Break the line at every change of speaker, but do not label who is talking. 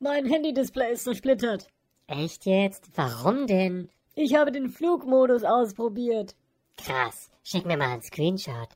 Mein Handy-Display ist zersplittert.
Echt jetzt? Warum denn?
Ich habe den Flugmodus ausprobiert.
Krass. Schick mir mal einen Screenshot.